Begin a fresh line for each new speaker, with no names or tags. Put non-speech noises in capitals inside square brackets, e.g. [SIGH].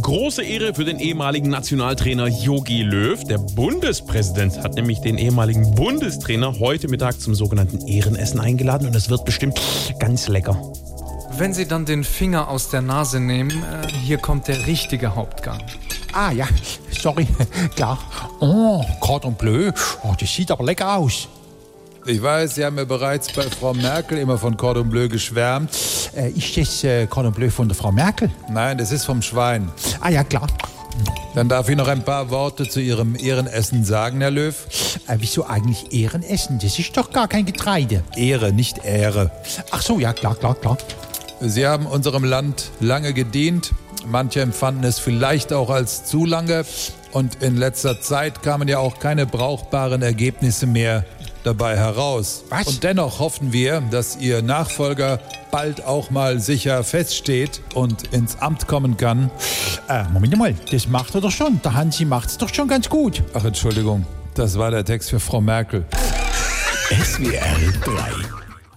Große Ehre für den ehemaligen Nationaltrainer Jogi Löw. Der Bundespräsident hat nämlich den ehemaligen Bundestrainer heute Mittag zum sogenannten Ehrenessen eingeladen und es wird bestimmt ganz lecker.
Wenn Sie dann den Finger aus der Nase nehmen, äh, hier kommt der richtige Hauptgang.
Ah ja, sorry, [LAUGHS] klar. Oh, Cordon Bleu, oh, das sieht aber lecker aus.
Ich weiß, Sie haben ja bereits bei Frau Merkel immer von Cordon Bleu geschwärmt.
Äh, ist das äh, Cordon Bleu von der Frau Merkel?
Nein, das ist vom Schwein.
Ah ja, klar.
Dann darf ich noch ein paar Worte zu Ihrem Ehrenessen sagen, Herr Löw.
Äh, wieso eigentlich Ehrenessen? Das ist doch gar kein Getreide.
Ehre, nicht Ehre.
Ach so, ja, klar, klar, klar.
Sie haben unserem Land lange gedient. Manche empfanden es vielleicht auch als zu lange. Und in letzter Zeit kamen ja auch keine brauchbaren Ergebnisse mehr dabei heraus.
Was?
Und dennoch hoffen wir, dass Ihr Nachfolger bald auch mal sicher feststeht und ins Amt kommen kann.
Äh, Moment mal, das macht er doch schon. Der Hansi macht's doch schon ganz gut.
Ach, Entschuldigung, das war der Text für Frau Merkel.
SWR 3